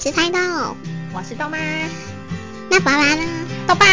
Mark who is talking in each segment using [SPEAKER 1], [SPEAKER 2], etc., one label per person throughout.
[SPEAKER 1] 是菜豆，
[SPEAKER 2] 我是豆妈，
[SPEAKER 1] 那爸爸呢？
[SPEAKER 2] 豆爸。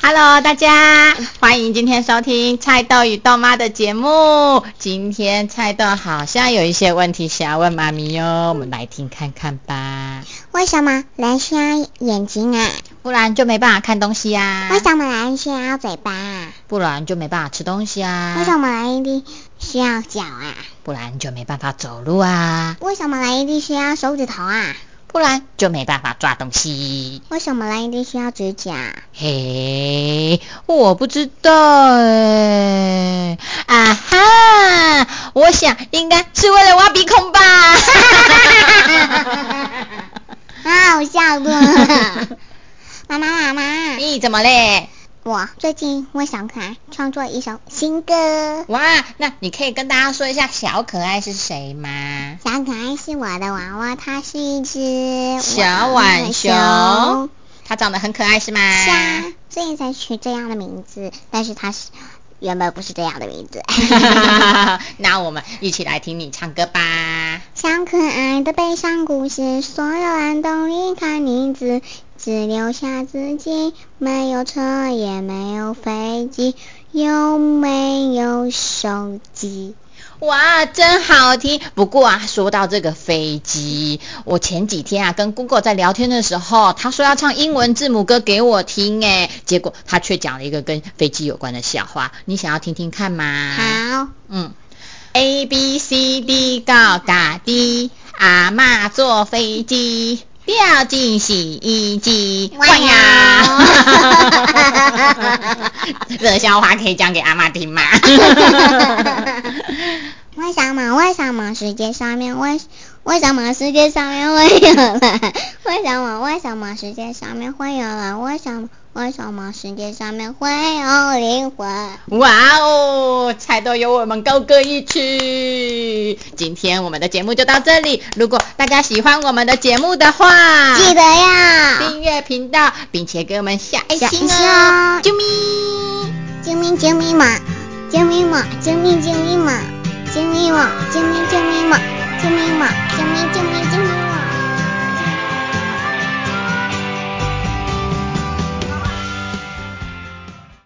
[SPEAKER 2] Hello，大家欢迎今天收听菜豆与豆妈的节目。今天菜豆好像有一些问题想要问妈咪哟、我们来听看看吧，
[SPEAKER 1] 为什么人需要眼睛啊？
[SPEAKER 2] 不然就没办法看东西啊，
[SPEAKER 1] 为什么人需要嘴巴啊？
[SPEAKER 2] 不然就没办法吃东西啊，
[SPEAKER 1] 为什么人一定需要脚啊？
[SPEAKER 2] 不然就没办法走路啊，
[SPEAKER 1] 为什么人一定需要手指头啊？
[SPEAKER 2] 不然就没办法抓东西。
[SPEAKER 1] 为什么人一定需要指甲？啊
[SPEAKER 2] 嘿，我不知道哎，啊哈，我想应该是为了挖鼻孔吧。
[SPEAKER 1] 啊，好笑的。 妈妈，妈妈，
[SPEAKER 2] 咦，怎么嘞？
[SPEAKER 1] 我最近为小可爱创作一首新歌。
[SPEAKER 2] 哇，那你可以跟大家说一下小可爱是谁吗？
[SPEAKER 1] 小可爱是我的娃娃，它是一只
[SPEAKER 2] 小浣熊
[SPEAKER 1] 浣熊
[SPEAKER 2] 它长得很可爱是吗？
[SPEAKER 1] 是啊，所以才取这样的名字，但是它是原本不是这样的名 字。啊
[SPEAKER 2] 那我们一起来听你唱歌吧。
[SPEAKER 1] 小可爱的悲伤故事，所有人都离开你只只留下自己，没有车也没有飞机，又没有手机。
[SPEAKER 2] 哇，真好听！不过啊，说到这个飞机，我前几天啊跟 Google 在聊天的时候，他说要唱英文字母歌给我听，诶，结果他却讲了一个跟飞机有关的笑话，你想要听听看吗？
[SPEAKER 1] 好，
[SPEAKER 2] 嗯，A B C D 高嘎滴，阿嬷坐飞机掉进洗衣机，
[SPEAKER 1] 哇哦
[SPEAKER 2] 哇 呀！这啊笑话可以讲给阿嬷听吗？
[SPEAKER 1] 为什么？为什么世界上面为为什么世界上面会有人？为什么？为什么世界上面会有人？为什么？为什么世界上面会有灵魂？
[SPEAKER 2] 哇哦，菜都有我们高歌一曲。今天我们的节目就到这里，如果大家喜欢我们的节目的话，
[SPEAKER 1] 记得要
[SPEAKER 2] 订阅频道，并且给我们下爱
[SPEAKER 1] 小
[SPEAKER 2] 心
[SPEAKER 1] 心
[SPEAKER 2] 哦
[SPEAKER 1] 哦，
[SPEAKER 2] 啾咪。
[SPEAKER 1] 救命救命嘛！救命嘛！救命救命嘛！